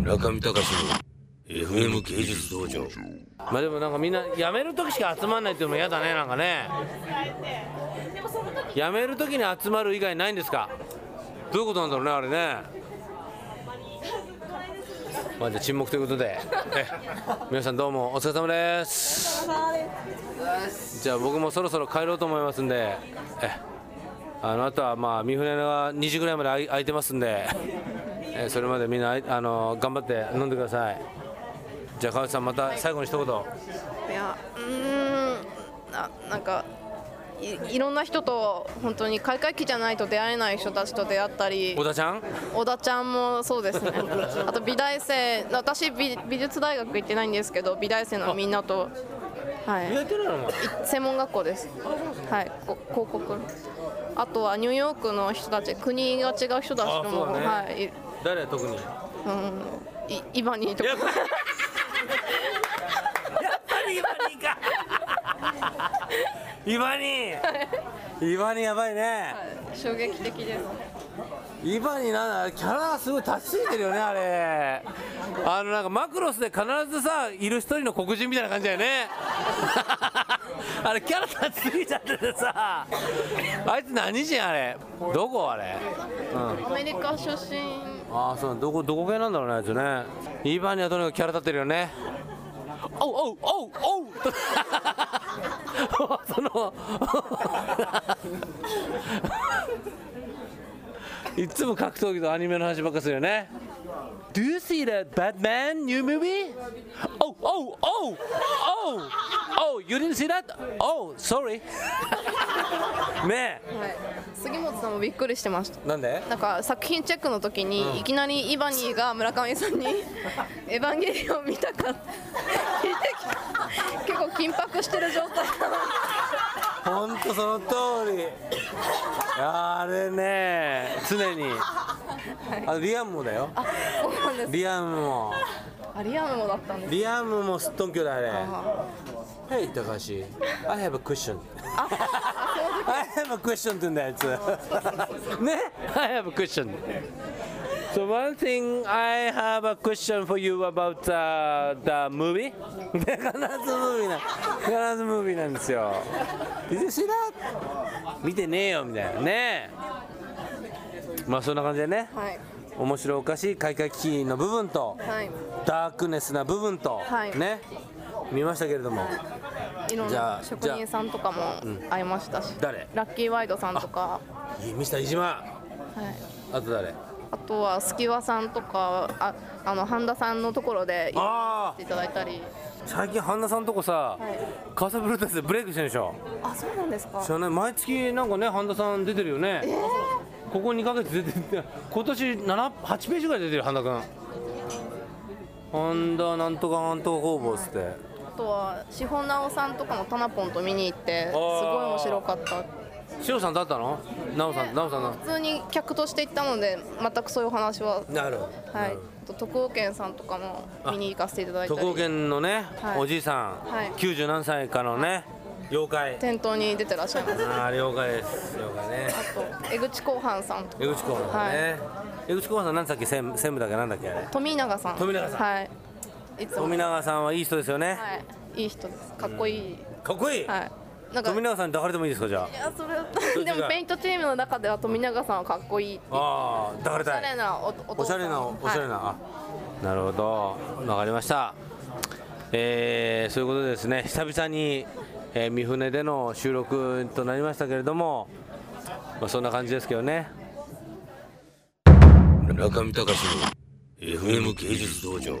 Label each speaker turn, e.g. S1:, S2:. S1: 村上隆の FM 芸術道場
S2: まあでもなんかみんな辞める時しか集まんないっていうのも嫌だねなんかね辞める時に集まる以外ないんですかどういうことなんだろうねあれねまあじゃあ沈黙ということでえ皆さんどうもお疲れ様ですじゃあ僕もそろそろ帰ろうと思いますんでえあのあとはまあ三船が2時ぐらいまであい空いてますんでえそれまでみんなあいあの頑張って飲んでくださいじゃあ川内さんまた最後に一言
S3: いやうーんななんかいいろんな人と本当に開会期じゃないと出会えない人たちと出会ったり
S2: 小田ちゃん
S3: 小田ちゃんもそ うですねあと美大生私美美術大学行ってないんですけど美大生のみんなと、は
S2: や
S3: い、
S2: ってるの
S3: 専門学校ですはいこ広告あとはニューヨークの人たち国が違う人たちとも、
S2: あそうだ
S3: はいい
S2: 誰特に
S3: うんいイバニーとか
S2: やっぱりイバニーかイバニーイバニーやばいね
S3: 衝撃的です
S2: イバニーなんだキャラがすごい立ちついてるよねあれあのなんかマクロスで必ずさいる一人の黒人みたいな感じだよね あれキャラ立ちすぎちゃっててさあいつ何人あれどこあれ
S3: アメリカ出身
S2: ああそうなんどこどこ系なんだろうねあいつねイバニはとにかくキャラ立ってるよねおうおうおうおうと そのいつも格闘技とアニメの話ばっかするよね Do you see the Batman new movie? Oh, oh, oh, oh, oh, you didn't see that? Oh, sorry. ね
S3: はい、杉本さんもびっくりしてました
S2: え、なんで
S3: なんか作品チェックの時に、いきなりイバニーが村上さ んに「エヴァンゲリオン見たか?」って聞いてき結構緊迫してる状態
S2: ほんとその通りいやあれね常にあリアムもだよ
S3: そうなんです
S2: リアムも
S3: アリアムもだったんです
S2: リアムもすっとんきょだあれ
S3: あ
S2: はい高橋 I have a question
S3: ああ
S2: I have a question って言うんだよあいつ ね I have a question So one thing I have a question for you about the, the movie で 必ずムービーな必ずムービーなんですよ Did you see that? 見てねえよみたいなねまあそんな感じでね
S3: そうはい
S2: 面白おかしい開会危機の部分と
S3: はい
S2: ダークネスな部分と、
S3: はい
S2: ね見ましたけれども
S3: いろん
S2: じゃ
S3: な
S2: あ
S3: 職人さんとかも会いましたし
S2: 誰
S3: ラッキーワイドさんとか
S2: ミスター飯島
S3: はい
S2: あと誰
S3: あとはスキワさんとかああの半田さんのところで行っ
S2: ああ
S3: ていただいたり
S2: 最近半田さんとこさ、
S3: はい
S2: カサブルータスでブレイクしてるでしょ
S3: あそうなんですか
S2: 知らない毎月なんかね半田さん出てるよね、ここ2ヶ月出てて今年7 8ページぐらい出てる半田君半田なんとか半とか工房っつって、
S3: あとは志保直さんとかもタナポンと見に行ってすごい面白かった
S2: 塩さんだったの奈緒さん奈緒さんの
S3: 普通に客として行ったので全くそういうお話は
S2: なる
S3: はいあと徳岡県さんとかも見に行かせていただいた
S2: 徳岡
S3: り
S2: 県のね、
S3: はい
S2: おじいさん、
S3: はい
S2: 90何歳かのね妖怪
S3: 店頭に出てらっしゃいます
S2: ああ了解です了解ね
S3: あと江口広範さんとか
S2: 江口公さんね、江口公さんなんさっき専専務だっけなんだっけあれ
S3: 富永さん
S2: 富永さん
S3: はいいつも
S2: 富永さんはいい人ですよね、
S3: はいいい人ですかっこいい
S2: かっこいい、
S3: はいなんか
S2: 富永さんに抱かれてもいいですかじゃ
S3: いやそれはでもペイントチームの中では富永さんはかっこいい
S2: あああ抱かれ
S3: おしゃ
S2: た
S3: れ
S2: い
S3: なおお父さん
S2: おしゃれなおしゃれな、あなるほどわかりましたえー、そういうことでですね久々に、えー、三船での収録となりましたけれども、まあ、そんな感じですけどね
S1: 村上隆の FM 芸術道場